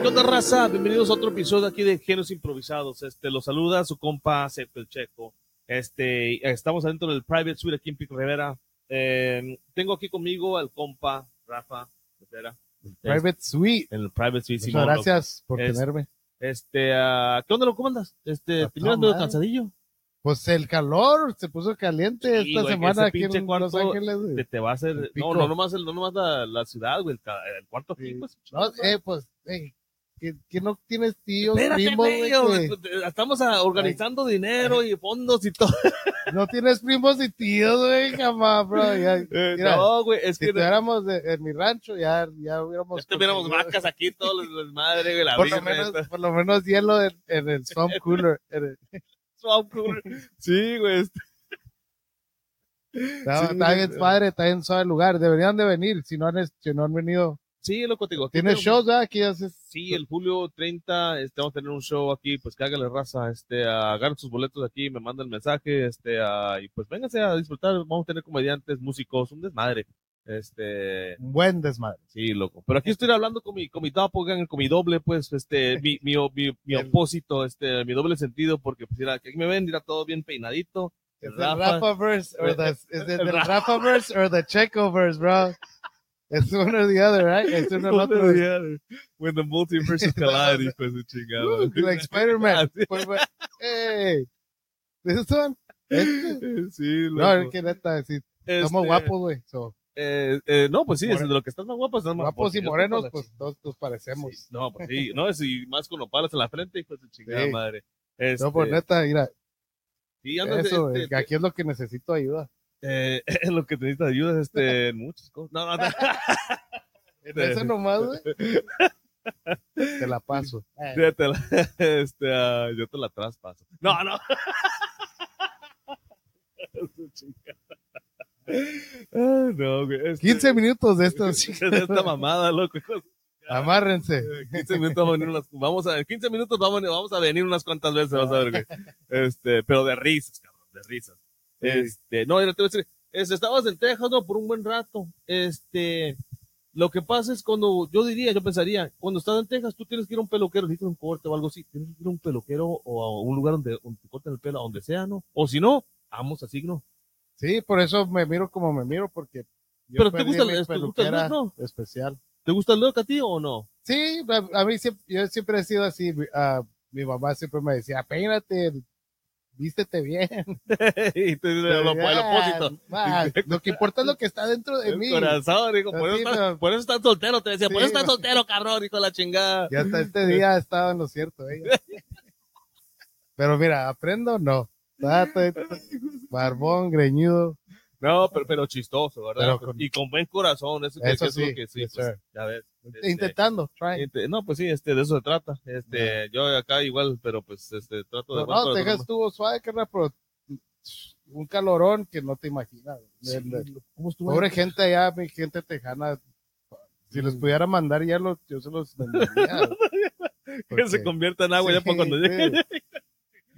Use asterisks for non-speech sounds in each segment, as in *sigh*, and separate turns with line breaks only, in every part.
¿Qué onda, raza? Bienvenidos a otro episodio aquí de Genios Improvisados. Este, los saluda su compa Seco el Checo. Este, estamos adentro del Private Suite aquí en Pico Rivera. Eh, tengo aquí conmigo al compa Rafa Rivera.
Private Suite.
En el Private Suite.
Muchas
Simón, loco.
gracias por
Es-
tenerme.
Este, ah, ¿qué onda, loco? ¿Cómo andas? Este,
A
primero
toda
ando
madre.
cansadillo.
Pues el calor se puso caliente
Sí,
esta
güey, ese
semana aquí
pinche
en Los
cuarto
Ángeles. güey.
Te, te va a hacer,
El
no,
pico.
no, nomás, el, no nomás la, la ciudad, güey, el, ca- el cuarto aquí,
Sí.
pues.
No, eh, pues, eh, que, que no tienes tíos,
Espérate,
primos, güey,
güey,
que-
güey, estamos ah, organizando dinero y fondos y
*laughs*
todo.
no tienes primos y tíos, güey, jamás, bro. Ya,
Eh,
mira,
no, güey, es
si
que
estuviéramos de- en mi rancho, ya, ya hubiéramos.
Ya Este tuviéramos
conseguido-
vacas aquí, todos los, los madre, güey, la
Por lo,
birra, esto.
menos, por lo menos hielo en, en el swamp cooler. en el-
*laughs* Swamp Cooler. Sí, güey. este-
Está,
Sí,
está bien
güey.
padre, está bien suave el lugar. Deberían de venir si no han, si no han venido.
Sí, loco, te digo.
Tienes
tenemos-
shows, ¿verdad? Aquí haces.
Sí, el julio 30 este, vamos a tener un show aquí, pues que háganle raza, este, ah, agarren sus boletos aquí, me mandan el mensaje, este, ah, y pues vénganse a disfrutar, vamos a tener comediantes, músicos, un desmadre. Este,
un buen desmadre.
sí, loco. Pero aquí estoy hablando con mi, con mi doppelganger, con mi doble, pues, *laughs* este, mi, mi, mi, mi
El-
opósito, este, mi doble sentido, porque pues, mira, que aquí me ven, mira, todo bien peinadito.
Es el
Rafa.
Rafa verse or the is
*laughs*
it
El
the
Rafa.
Rafa verse or the Checo verse, bro? It's one or the other, right? It's one or the other.
When the multiverse is colliding, pues, de chingada. *laughs*
Like Spider-Man. Pues, pues, hey, this one.
*laughs*
Este.
Sí,
No, es
loco.
que neta, sí,
Este,
somos guapos, güey. So,
Eh, eh, no, pues sí,
Moreno.
es de lo que estás más guapo, estás más
guapos y
guapo. Yo
morenos,
estoy con
pues todos nos
la-
parecemos.
sí, no, pues sí, no, es y más con opalas en la frente, hijo de su chingada
Sí.
madre. Este,
No, pues neta, mira,
sí, andas,
eso,
este,
güey, que aquí es lo que necesito
*laughs*
ayuda.
eh, en lo que te necesitas ayuda es este, en muchas cosas. No, Este, no, no.
*laughs* En eso nomás,
*laughs*
güey. Te la paso.
Yo te la, *laughs* este, ah, yo te la traspaso. No, *laughs* no. Su chingada. Ah, no, güey. este-
15 minutos de esto,
*laughs*
sí.
de esta mamada, loco.
Amárrense.
*laughs* 15 minutos vamos a venir unas, vamos a, en 15 minutos vamos, vamos a venir unas cuantas veces, vas a ver, güey. Este, pero de risas, cabrón, de risas.
Sí.
Este, no, yo te voy a decir, este, estabas en Texas, no, por un buen rato. Este, lo que pasa es cuando, yo diría, yo pensaría, cuando estás en Texas, tú tienes que ir a un peluquero, tienes un corte o algo así, tienes que ir a un peluquero o a un lugar donde, donde te corten el pelo, a donde sea, ¿no? O si no, vamos a signo.
Sí, por eso me miro como me miro, porque yo
Pero te
perdí
gusta el-
mi
te gusta el
peluquera
look,
especial.
¿Te gusta el look a ti o
*laughs*
no?
Sí, a, a mí siempre, yo siempre he sido así. mi- ah, mi mamá siempre me decía, peínate, vístete bien.
y te lo, lo- el opósito.
*laughs* Ah, lo que importa es lo que está dentro
*laughs*
de
El
mí.
corazón, digo, por,
Así,
eso estás,
pero-
por eso estás soltero, te decía, por
Sí,
eso estás
pero-
soltero, cabrón, hijo de la chingada.
Y hasta este día estaba en lo cierto
*laughs*
ella. Pero mira, aprendo, no. Ah, estoy-
*laughs*
Barbón, greñudo.
No, pero, pero chistoso, ¿verdad? Pues,
Pero con-
Y con buen corazón, eso, que-
Eso
que es lo
sí,
que sí,
yes,
pues,
sir.
ya ves. este,
Intentando, trying.
este, no, pues sí, este, de eso se trata. Este, yo acá igual, pero pues este, trato de.
Pero
buen
no,
corazón,
Texas
¿no?
estuvo suave, carnal, pero un calorón que no te imaginas. De- de-
Sí, ¿Cómo estuvo?
Pobre gente allá, mi gente tejana. Si los pudiera mandar ya los, yo se los
*laughs*
mandaría.
Que se convierta en agua ya para cuando llegue. *laughs*
llegue. *laughs*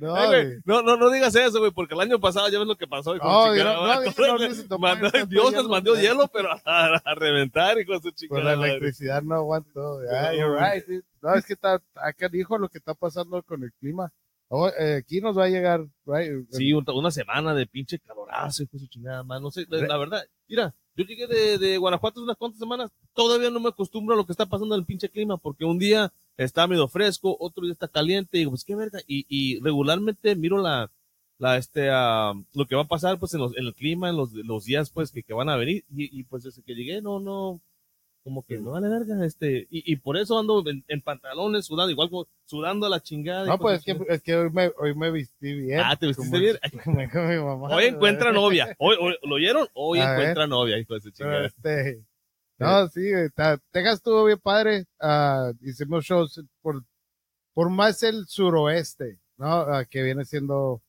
No,
Ay, güey,
güey.
no, no, no digas eso, güey, porque el año pasado ya ves lo que pasó. hijo de
No,
chingada,
no, no,
madre. *laughs*
no, no, no se tomó
Mandó-
tanto
Dios nos
hielo,
mandó
¿verdad?
hielo, pero a, a reventar, hijo de su
Pues
chingada.
la
madre.
electricidad no aguantó.
No,
Ah, you're
güey.
right, dude. No, es que está, acá dijo lo que está pasando con el clima. Oh, eh, aquí nos va a llegar, right?
Sí, un- una semana de pinche calorazo, hijo de su chingada madre. No sé, la, la verdad, mira, yo llegué de, de Guanajuato hace unas cuantas semanas, todavía no me acostumbro a lo que está pasando en el pinche clima, porque un día está medio fresco, otro día está caliente, y digo, pues qué verga. Y, y regularmente miro la, la este, ah, lo que va a pasar, pues en, los- en el clima, en los, los días, pues que, que van a venir, y, y, pues desde que llegué, no, no. Como que no vale verga, este, y, y por eso ando en, en pantalones sudando, igual como sudando a la chingada. hijo
No,
de
pues es
su
que,
chingada.
es que hoy, me, hoy me vestí bien.
Ah, te vestiste
como-
bien.
como dijo mi mamá,
Hoy encuentra
güey.
novia. Hoy, hoy- ¿Lo oyeron? Hoy
A ver.
encuentra novia, hijo de su
Pero,
chingada.
este, no, sí, está, Texas estuvo bien padre. ah, hicimos shows por, por más el suroeste, ¿no? Ah, que viene siendo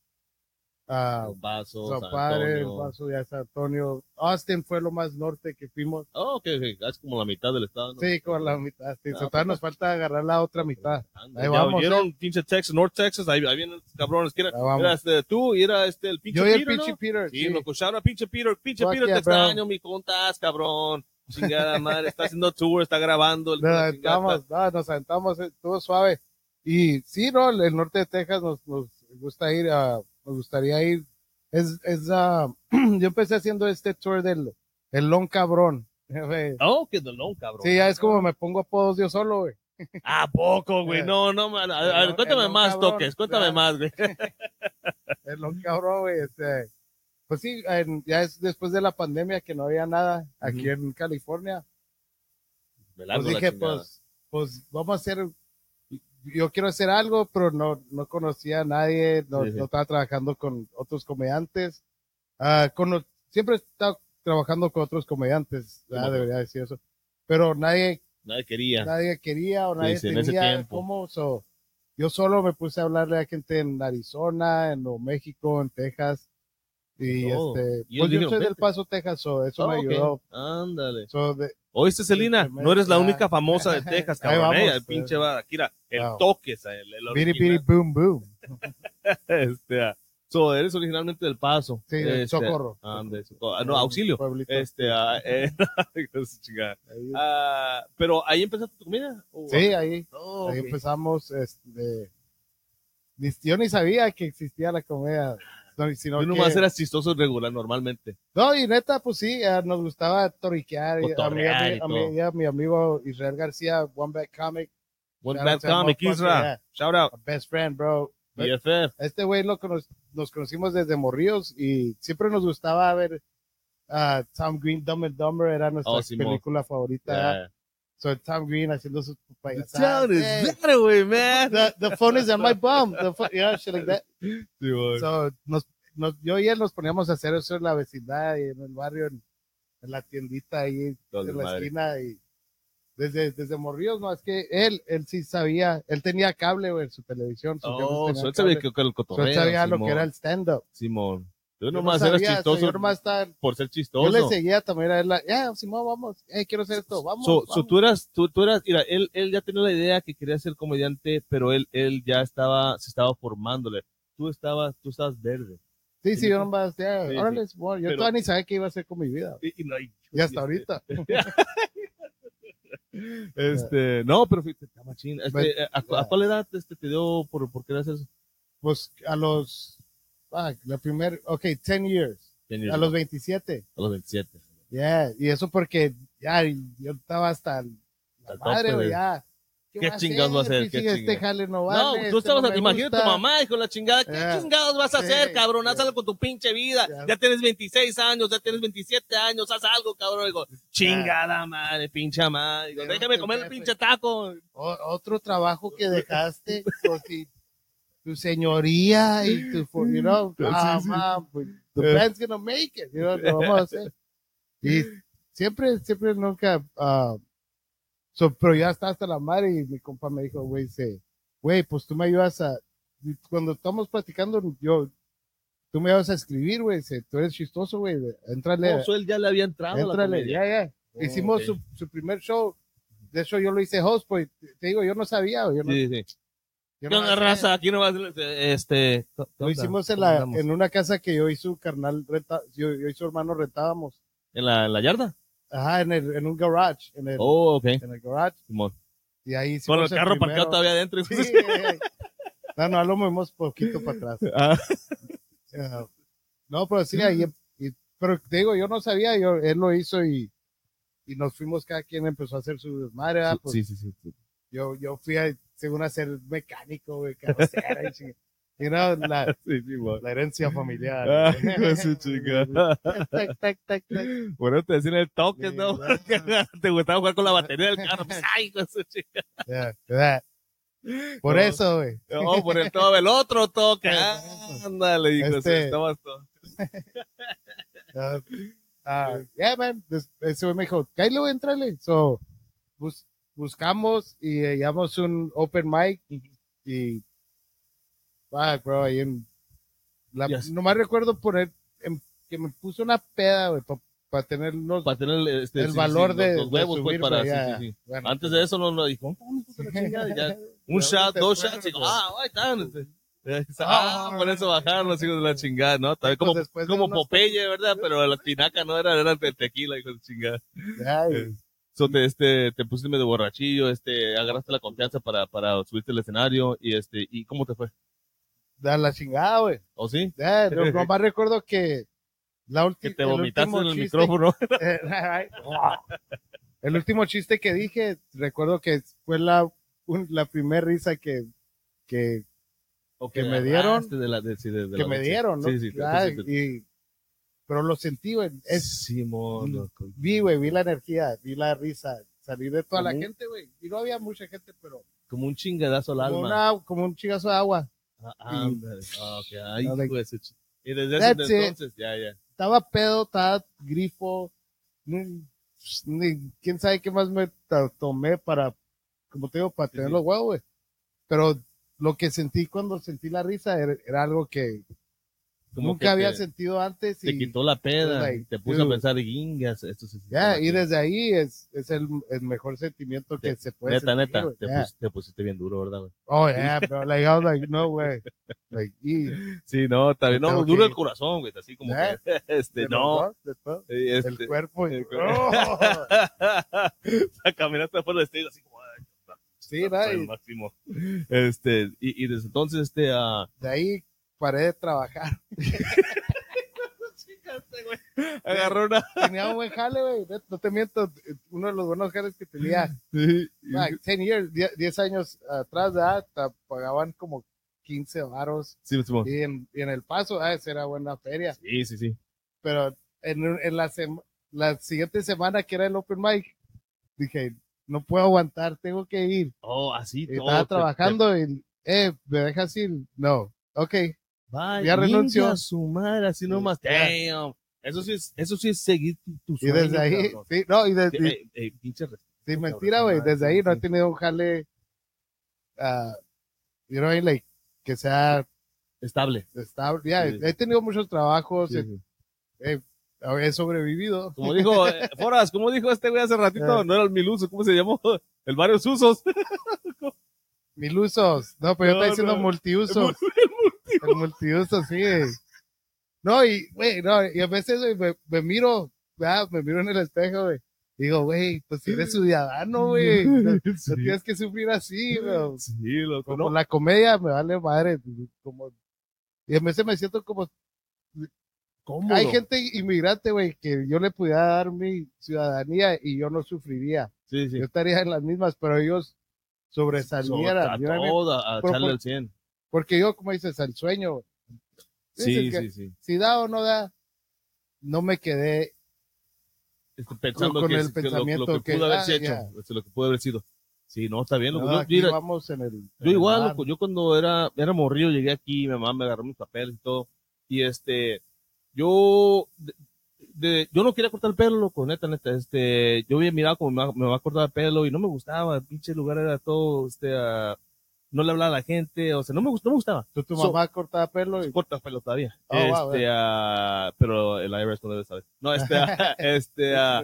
ah,
Los vasos,
San
San
Padre, El
Antonio.
Paso de San Antonio. Austin fue lo más norte que fuimos.
Oh, ok, ok. Es como la mitad del estado. ¿no?
Sí, con la mitad. sí,
Ah,
so,
pues,
todavía nos falta agarrar la otra mitad. Ah,
Anda,
ahí
ya
vamos,
oyeron, pinche Texas, North Texas. Ahí, ahí vienen los cabrones. Que era,
Ahí vamos.
era este, tú y era este, el pinche
Yo y el
Peter, ¿no?
pinche Peter.
Sí,
sí.
lo escucharon a pinche Peter. Pinche
Fuck
Peter, te
yeah, bro.
extraño, mi contas, cabrón. Chingada madre, está haciendo tour, está grabando. el-
Nos
la chingada,
aventamos, no, nos aventamos, eh, estuvo suave. Y sí, no, el, el norte de Texas nos, nos gusta ir, a, nos gustaría ir. Es, es, ah, *clears throat* yo empecé haciendo este tour del el Long Cabrón. *laughs* güey.
está- Oh, que dolor, cabrón.
Sí, ya es como me pongo apodos yo solo, güey.
¿A poco, güey?
Eh.
No, no, man. A, a ver,
No,
cuéntame
eh, no,
más,
cabrón.
toques, cuéntame
Ya. Pues
más, güey.
El Long Cabrón, güey. Este, pues sí, en- ya es después de la pandemia que no había nada aquí en California.
Me
Pues
largo la
dije,
chingada.
pues, pues vamos a hacer, yo quiero hacer algo, pero no, no conocía a nadie, no,
Sí, sí.
no estaba trabajando con otros comediantes. Ah, cono- siempre he estado trabajando con otros comediantes, ¿verdad?
Simón.
debería decir eso. Pero nadie,
Nadie quería.
nadie quería o
Ah. Sí,
nadie
sí, en ese
tenía
tiempo.
cómo. so, yo solo me puse a hablarle a gente en Arizona, en Nuevo México, en Texas. Y
Oh,
este,
y ellos
pues yo
dijeron,
soy del
"Vente".
Paso, Texas, so eso
Oh,
me
ok.
ayudó.
Ándale.
So, de-
Oíste, Celina,
primer-
no eres
*laughs*
la
ya.
única famosa de Texas,
Ahí
cabrón.
vamos,
eh, el
eh.
pinche Barakira, el
Wow.
toques, el, el
biri, biri,
original.
boom, boom.
*laughs* Este, ah, so, eres originalmente del Paso.
Sí,
Este,
socorro.
ande, socorro. Ah, no, auxilio.
Pueblito.
Este, ah, eh, *laughs* su chingada.
Ahí-
Ah, pero ahí empezaste tu comida. ¿o?
sí, ahí,
Oh,
ahí
ok.
empezamos. Este, ni- yo ni sabía que existía la comedia. No, y sino
Tú
que-
nomás eras chistoso y regular normalmente.
no, y neta, pues sí, eh, nos gustaba toriquear. y A mí, a,
Cotorrear
mí,
y
a mí- a mi amigo Israel García, One Back Comic,
One
Shout
Bad
out to that
Comic,
motherfucker,
Isra.
yeah.
ah, Shout out.
my best friend, bro. But-
BFF.
Este güey lo cono- nos conocimos desde morrillos y siempre nos gustaba ver a Tom Green, Dumb and Dumber, era nuestra
Oh, Simón.
película favorita.
Yeah.
So Tom Green haciendo sus
The
payasadas.
town is
Hey,
*laughs* better, güey, man.
the, the phone is on my bum. The phone, you know, shit
*laughs*
like that.
Sí, güey.
So, nos, nos, yo y él nos poníamos a hacer eso en la vecindad y en el barrio, en, en la tiendita ahí
Todo
en la
madre.
esquina y desde, desde Morrillos, no, es que él, él sí sabía, él tenía cable güey, en su televisión. sus
Oh,
viejos tenían
so él sabía
cable.
que que el
So, él
cotorreo.
sabía lo
Simón.
que era el stand-up.
Simón. Tú
Yo no
nomás
sabía,
eras
so,
chistoso
yo nomás estaba-
por ser
yo le
chistoso.
seguía también a él, ya, Simón, vamos, eh, quiero hacer esto, vamos.
So, so
vamos.
tú eras, tú, tú eras, mira, él, él ya tenía la idea que quería ser comediante, pero él, él ya estaba, se estaba formándole. Tú estabas, tú estabas verde.
sí, sí, yo nomás, ya,
Sí, sí.
órale, Simón, yo
Pero- eh.
todavía ni sabía qué iba a hacer con mi vida.
Y, y no, y-
Y hasta ahorita.
Este, no, pero fíjate, está machín. Este,
Bueno,
eh, ¿a, cu- a cuál edad este, te dio por, por querer hacer eso?
Pues a los, ah, la primera, ok, 10 years, a los 27.
a los 27.
Yeah, y eso porque ya yo estaba hasta el- la
Al tope,
madre, güey,
güey.
ya.
¿Qué
va
chingados va a hacer?
Dije,
¿Qué
Este
chingados?
jale no vale.
No,
este
tú estabas,
no me
imagínate tu
gusta.
mamá, hijo de la chingada, ¿qué
Ya.
chingados vas a
Sí,
hacer, cabrón? Haz
ya.
algo con tu pinche vida.
Ya.
Ya. tienes 26 años, ya tienes 27 años, haz algo, cabrón. Digo, chingada madre, pincha madre. Digo,
Ya,
déjame
tu
comer el
jefe.
pinche taco.
O- otro trabajo
*laughs*
que dejaste, o si tu señoría y
*laughs*
tu, fo- you know,
Sí,
ah,
sí.
ma,
*laughs*
pues, the
Eh.
plan's gonna make it, you know, lo vamos a
*laughs*
hacer. Y siempre, siempre, nunca, ah, so, pero ya está hasta la madre y mi compa me dijo, güey, dice, güey, pues tú me ayudas a, y cuando estamos platicando, yo, tú me ayudas a escribir, güey, dice, tú eres chistoso, güey, entrale,
No, so él ya le había entrado. a la
Entrale,
comedia.
ya, ya.
Oh,
Hicimos
ok.
su, su primer show. De hecho, yo lo hice host, pues te- te digo, yo no sabía. Yo no,
Sí, sí. ¿Qué
yo no
onda,
sabía.
raza? Aquí no va a ser, este. ¿qué
Lo
onda?
hicimos en,
¿Cómo
la,
andamos?
en una casa que yo y su carnal, renta- yo, yo y su hermano rentábamos.
¿En la, en la yarda.
Ajá, en, el, en un garage. En el,
Oh, ok.
en el garage.
Simón.
Y ahí
Con
hicimos
el carro
primero.
parqueado todavía adentro. hijo de-
Sí, eh, eh. no, no, lo movimos poquito para atrás.
*laughs* Ah,
Eh, No, pero sí, ahí, y- pero te digo, yo no sabía, yo, él lo hizo y, y nos fuimos, cada quien empezó a hacer su desmadre, ¿verdad? Pues,
sí, sí, sí. sí. *laughs*
Yo, yo fui a, según a ser mecánico, güey, carrocero. y chingue- you know, la,
Sí, Simón.
la herencia familiar. *laughs*
Ah, *laughs* hijo de su chingada.
Tac, tac, tac, tac.
Bueno, te decían el toque, ¿no? *laughs*
Sí,
Te gustaba jugar con la batería del carro. Pues, ay, hijo de su chingada.
Yeah, yeah. Por
No.
eso, güey.
No, Oh, por el todo, el otro toque. Ándale, hijo,
Este-
sí, estabas todo.
Ah, ah, yeah, man. Des- Ese güey me dijo, Kylo, entrale. So, bus- buscamos y llegamos un open mic y. Fuck, bro, ahí en. La,
Yes.
Nomás recuerdo poner em- que me puso una peda, güey, para tener unos.
Para tener este,
El
sí, sí,
valor
los-
de-
los, huevos,
de
pues,
subirme
para.
ya.
sí, sí, sí.
Bueno, *laughs*
Antes de eso, no nos dijo, "Oh, "Ah, hijo de la chingada", y ya, un
Pero
shot,
te
dos
acuerdas,
shots, y digo,
güey. *laughs*
ah, ahí están. este. Ah, por eso bajaron los hijos de la chingada, ¿no? También como,
Pues después de
como
unos-
Popeye, ¿verdad? Pero la tinaca no era, era de tequila, hijo de chingada.
Ay,
So, te, este, te pusiste medio borrachillo, este, agarraste la confianza para, para subirte al escenario y este, ¿y cómo te fue?
da la chingada, güey.
¿O sí?
Ya, no, nomás recuerdo que la ulti-
Que te
el
vomitaste
último
en el
chiste-
micrófono.
Eh, *laughs* ay, oh. el último chiste que dije, recuerdo que fue la, un- la primera risa que, que,
*laughs* O
que me
agarraste
dieron,
De la, de- sí, de- de
que
la-
me
sí.
dieron, ¿no?
Sí, sí, te-
Ah,
sí, te-
y- pero lo sentí, güey. Es-
Simón, loco.
vi, güey, vi la energía, vi la risa salir de toda la
Ujú.
gente, güey. Y no había mucha gente, pero
Como un chingadazo al
como,
alma.
una- como un chingazo de agua.
Ah, ándale. Ah, ok. Ay,
No, like-
hijo de su ch- y desde ese
That's it.
entonces, ya, ya.
estaba pedo, estaba grifo, ni- ni- quién sabe qué más me ta- tomé para, como te digo, para
Sí,
tener
sí.
los huevos, güey. Pero lo que sentí cuando sentí la risa era, era algo que
Como
nunca
que
había
te,
sentido antes
Te
y,
quitó la peda.
Like,
y te puso a
dude.
pensar, guingas, esto sí.
ya, y
esto
desde ahí es, es el, el mejor sentimiento que se puede
Neta,
sentir,
neta,
pues, güey.
te,
Yeah.
pus- te pusiste bien duro, ¿verdad? güey?
Oh, yeah, bro. Like, I was like, no, güey. Like, y,
Sí, no, está bien. No,
Tengo
duro
que-
el corazón, güey, así como
¿Eh?
que, *laughs* este,
de
no,
los dos, de todo,
eh,
el
*laughs* este,
cuerpo. y-
el cuer-
*laughs* Oh.
caminaste por el estilo así como, ay,
sí,
soy
right.
el máximo. Este, y, y desde entonces, este,
*laughs*
ah,
De ahí paré de trabajar.
*laughs* agarró una,
tenía un buen jale, güey. No- No te miento, uno de los buenos jales que tenía,
Sí, *laughs* y-
like, 10 years, 10 10 años atrás, ¿verdad? Te pagaban como 15 varos.
sí, Simón.
Y en, y en El Paso, ah, esa era buena feria.
sí, sí, sí.
Pero en, un- en la, sema- la siguiente semana, que era el Open Mic, dije, no puedo aguantar, tengo que ir.
Oh, así.
Y
todo,
estaba
te- te-
trabajando y, eh, ¿me dejas ir? No. Ok,
Vaya,
Ya renunció.
A su madre, así nomás.
Ya.
Damn. Eso sí es, eso sí es seguir tu, tu
y desde
sueño,
ahí,
cabrón.
sí, no, y desde,
Eh, eh, pinche respeto,
Sí,
Puta,
mentira,
ahorita
güey.
no,
Desde ahí no he
sí.
tenido un jale, ah, you know, like, que sea
estable.
estable. Ya,
Sí.
He tenido muchos trabajos,
Sí,
he-
sí.
he sobrevivido.
Como dijo eh, Foras, como dijo este güey hace ratito,
Eh.
no era el Miluso, ¿cómo se llamó? *laughs* El Mario Susos.
Mil usos. No, pero yo
No,
estoy diciendo
no.
multiuso. El multiuso, sí. eh. No, y, güey, no, y a veces güey, me, me miro, ¿verdad? me miro en el espejo, güey. Digo, güey, pues si eres ciudadano, güey. No, no
*laughs* Sí.
tienes que sufrir así, güey.
Sí, loco.
Como
No,
la comedia me vale madre. Como, y a veces me siento como.
cómodo.
Hay gente inmigrante, güey, que yo le pudiera dar mi ciudadanía y yo no sufriría.
Sí, sí.
Yo estaría en las mismas, pero ellos
Sota
sobresalieran. ¿sí me entiendes?
toda, a
Pero pues,
echarle
por-
al 100.
Porque yo, como dices, al sueño.
Sí,
Dices
sí,
que
sí.
Si da o no da, no me quedé.
Este, Pensando
con
que,
el
que lo-
pensamiento
lo, que
que,
pudo haberse
ah,
hecho,
ya.
este, lo que pudo haber sido. Sí, no, está bien. loco.
no,
Yo-
aquí
mira,
vamos en el. en
Yo
el
igual, pues,
mar.
loco, yo cuando era, era morrillo llegué aquí, mi mamá me agarró mis papeles y todo, y este, yo, de, de- yo no quería cortar el pelo, loco, neta, neta, este, yo había mirado como me, va- me va a cortar el pelo y no me gustaba, el pinche lugar era todo, este, ah, no le hablaba a la gente, o sea, no me, gust- no me gustaba,
Tú, tu
So-
mamá cortaba pelo y.
corta el pelo todavía,
Oh,
este,
wow,
ah, pero el IRS no debe saber, no, este, ah, *laughs*
*laughs*
este, ah,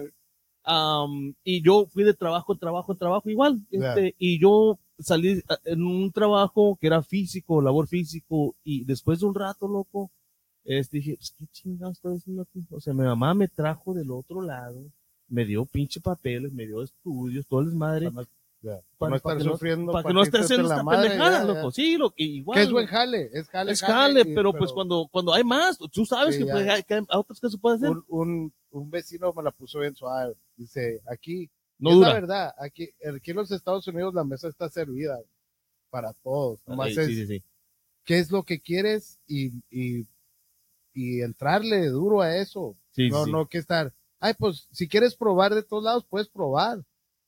Am, y yo fui de trabajo, trabajo, trabajo igual.
Ya.
este, y yo salí ah, en un trabajo que era físico, labor físico, y después de un rato, loco, este, dije, pues, ¿qué chingados estoy haciendo aquí? O sea, mi mamá me trajo del otro lado, me dio pinche papeles, me dio estudios, todo el desmadre,
Para no- ya,
para-
para no
para
estar
que no-
sufriendo.
para que no esté
irte
haciendo
hasta
esta
madre,
pendejada,
ya, ya.
loco. Sí, lo que igual.
Que es buen jale, es jale.
es jale,
y-
pero, pues cuando, cuando hay más, tú sabes
Sí,
que,
ya.
pues, hay, que hay otras que se puede hacer.
Un, un, un vecino me la puso bien suave. Dice, aquí,
No
es la
dura.
verdad, aquí, aquí en los Estados Unidos la mesa está servida para todos. Nomás
Ah, Sí,
es,
sí, sí, sí.
¿qué es lo que quieres? Y, y, y entrarle duro a eso.
Sí,
no,
sí.
no que estar, ay, pues, si quieres probar de todos lados, puedes probar,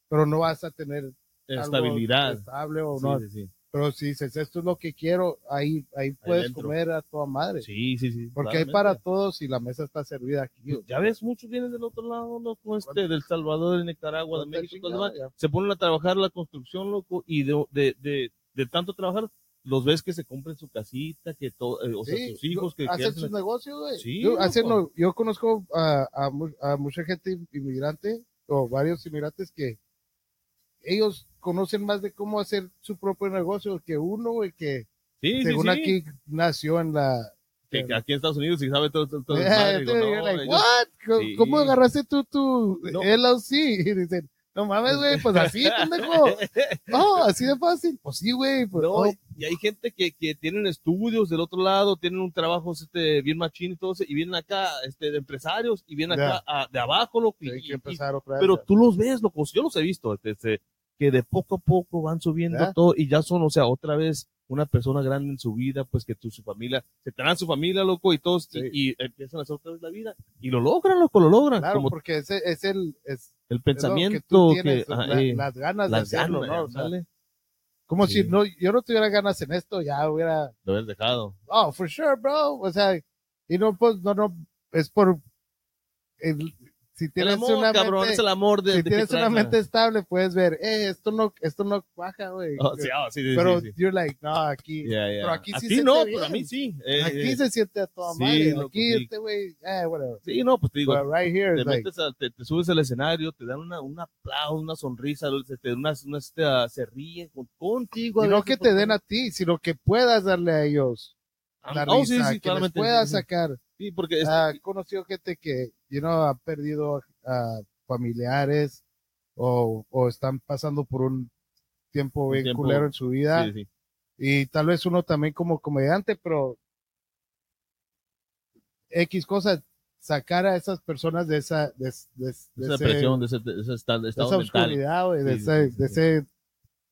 pero no vas a tener algo
Estabilidad.
estable o
Sí,
no.
sí, sí.
Pero si dices, esto es lo que quiero, ahí, ahí puedes
dentro.
comer a toda madre.
Sí, sí, sí.
Porque hay
claramente.
para todos y la mesa está servida aquí.
Ya ves, muchos vienen del otro lado, loco, este, del Salvador, de Nicaragua, de
¿Cuánta
México,
chingada?
demás. se ponen a trabajar la construcción, loco, y de, de, de, de tanto trabajar, los ves que se compren su casita, que todo, eh, o sea,
Sí,
sus hijos, que, que
hacen
hacen-
sus negocios, güey.
Sí,
yo,
loco.
hacen lo- yo conozco a, a mu- a mucha gente inmigrante o varios inmigrantes que ellos conocen más de cómo hacer su propio negocio que uno, güey, que
Sí,
Según
sí, sí.
aquí nació en la.
Que- que aquí en Estados Unidos y sabe todo. todo,
*laughs*
todo
Eh,
el desmadre. Digo,
entonces,
no,
you're like,
ellos-
"What? ¿Cómo-
sí.
¿Cómo agarraste tú tu
No.
LLC? *laughs* Y dicen, no mames, güey, pues
*laughs*
así, pendejo. No, así de fácil. Pues sí, güey. Pues,
No,
oh,
y hay gente que, que tienen estudios del otro lado, tienen un trabajo este, bien machín y todo eso, y vienen acá este, de empresarios, y vienen acá a- de abajo, loco, y-
hay
y-
que empezar otra vez.
pero tú los ves, locos, yo los he visto, este, este, que de poco a poco van subiendo
¿Ya?
todo, y ya son, o sea, otra vez una persona grande en su vida, pues que tu, su familia, se traen su familia, loco, y todos, y-
Sí.
y, empiezan a hacer otra vez la vida, y lo logran, loco, lo logran,
claro,
como
porque ese es el es-
el
es lo
pensamiento,
que tú
que,
tienes,
ajá,
la-
eh,
las ganas de
las
hacerlo,
ganas,
¿no? O sea,
ándale,
como
Sí.
si no, yo no tuviera ganas en esto, ya hubiera
lo habías dejado.
oh, for sure, bro. O sea, y no, pues, no, no, es por, el- si
El
tienes
amor,
una
cabrón,
mente,
es el amor de,
si
de
tienes una
Quetzalá.
mente estable, puedes ver, eh, esto no, esto no baja, güey.
*laughs* Oh, sí, ah, sí, sí,
pero
sí, sí.
you're like, no, aquí,
Yeah, yeah.
pero aquí
a
sí
ti
se
no,
te
pero a
ve.
mí sí. Eh,
aquí
eh,
se siente a toda
sí,
madre,
loco,
aquí
sí.
este güey, eh, whatever.
Sí, no, pues te digo,
But right here,
te,
it's like,
metes a- te- te subes al escenario, te dan una, un aplauso, una sonrisa, se, te- unas- unas- te- ah, se ríen con- contigo. a
y no
veces,
que te
porque-
den a ti, sino que puedas darle a ellos la
Ah, oh, sí,
risa,
sí,
que les
claramente.
puedas
Sí, sí.
sacar.
Sí, porque es-
Ah, he conocido gente que you know, ha perdido a familiares o, o están pasando por un tiempo bien
tiempo,
culero en su vida
sí, sí.
y tal vez uno también como comediante, pero X cosas, sacar a esas personas de esa, de, es- de es- de
esa
ese-
presión, de ese, de ese estado,
de
estado
esa
mental.
oscuridad, güey, de,
Sí,
ese,
sí,
de
sí.
ese-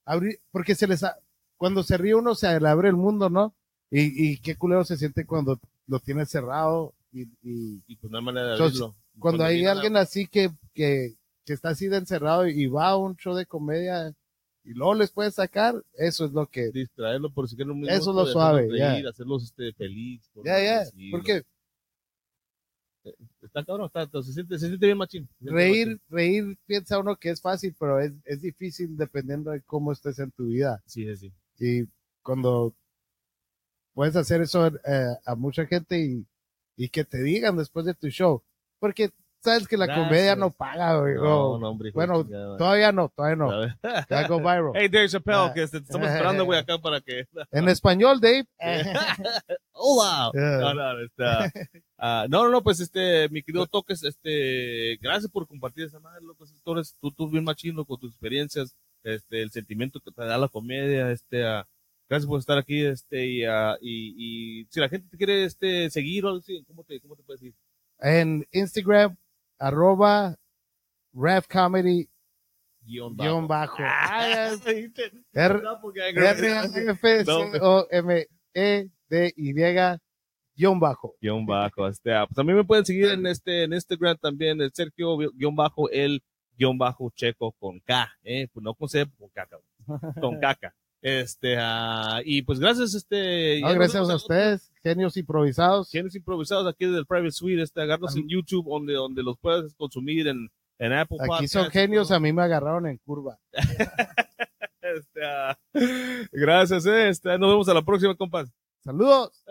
abrir- porque se les, a- cuando se ríe uno se le abre el mundo, ¿no? Y, y qué culero se siente cuando lo tienes cerrado y- y
Y pues no hay manera de
Entonces,
abrirlo.
cuando hay
viene la-
alguien así que, que, que está así de encerrado y va a un show de comedia y luego les puede sacar, eso es lo que.
Distraerlo por si quieren un
Eso es lo
minuto,
suave,
hacerlos
ya.
reír, Hacerlos este, feliz. por-
Ya, ya.
sí,
Porque
Está cabrón, está, está- se, siente, se siente bien machín. se siente machín.
reír, reír piensa uno que es fácil, pero es, es difícil dependiendo de cómo estés en tu vida.
Sí, sí, sí.
Y cuando puedes hacer eso eh, a mucha gente y, y que te digan después de tu show, porque sabes que la
Gracias.
comedia no paga, güey,
No,
no.
no, hombre. hijo
Bueno,
de chingada,
Todavía no, todavía
madre. *laughs*
no.
A ver.
Ya go viral.
Hey, Dave Chappelle,
Ah.
que este- estamos esperando, güey, acá para *laughs* que.
En español,
*laughs*
Dave.
¡Hola!
Eh.
No, no, está- ah, no, no, no, pues este, mi querido Toques, este, gracias por compartir esa madre, loco. Tú, eres, tú, tú bien machino con tus experiencias, este, el sentimiento que te da la comedia, este, ah, gracias por estar aquí, este, y, ah, y, y si la gente te quiere, este, seguir o algo así, ¿cómo te, cómo te puedes decir?
en Instagram, arroba Rev Comedy
Guión bajo.
guión bajo.
Ah, ya, dijiste.
R
*laughs* No, porque-
R F C O M E D Y guión bajo.
guión bajo. Este, ah, pues también me pueden seguir en este en Instagram también, el Sergio guión bajo el guión bajo checo con K, eh, pues no con C, con K, cabrón,
*laughs*
con caca. Este, ah, y pues gracias, este. ya
No,
nos
gracias
vemos
a
en
ustedes, genios improvisados.
Tienes improvisados aquí desde el Private Suite, este, agarros en YouTube donde, donde los puedes consumir en, en Apple
Aquí son
Podcasts,
genios, a mí me agarraron en curva.
*laughs* Este, ah, gracias, eh, este, nos vemos a la próxima, compas.
Saludos.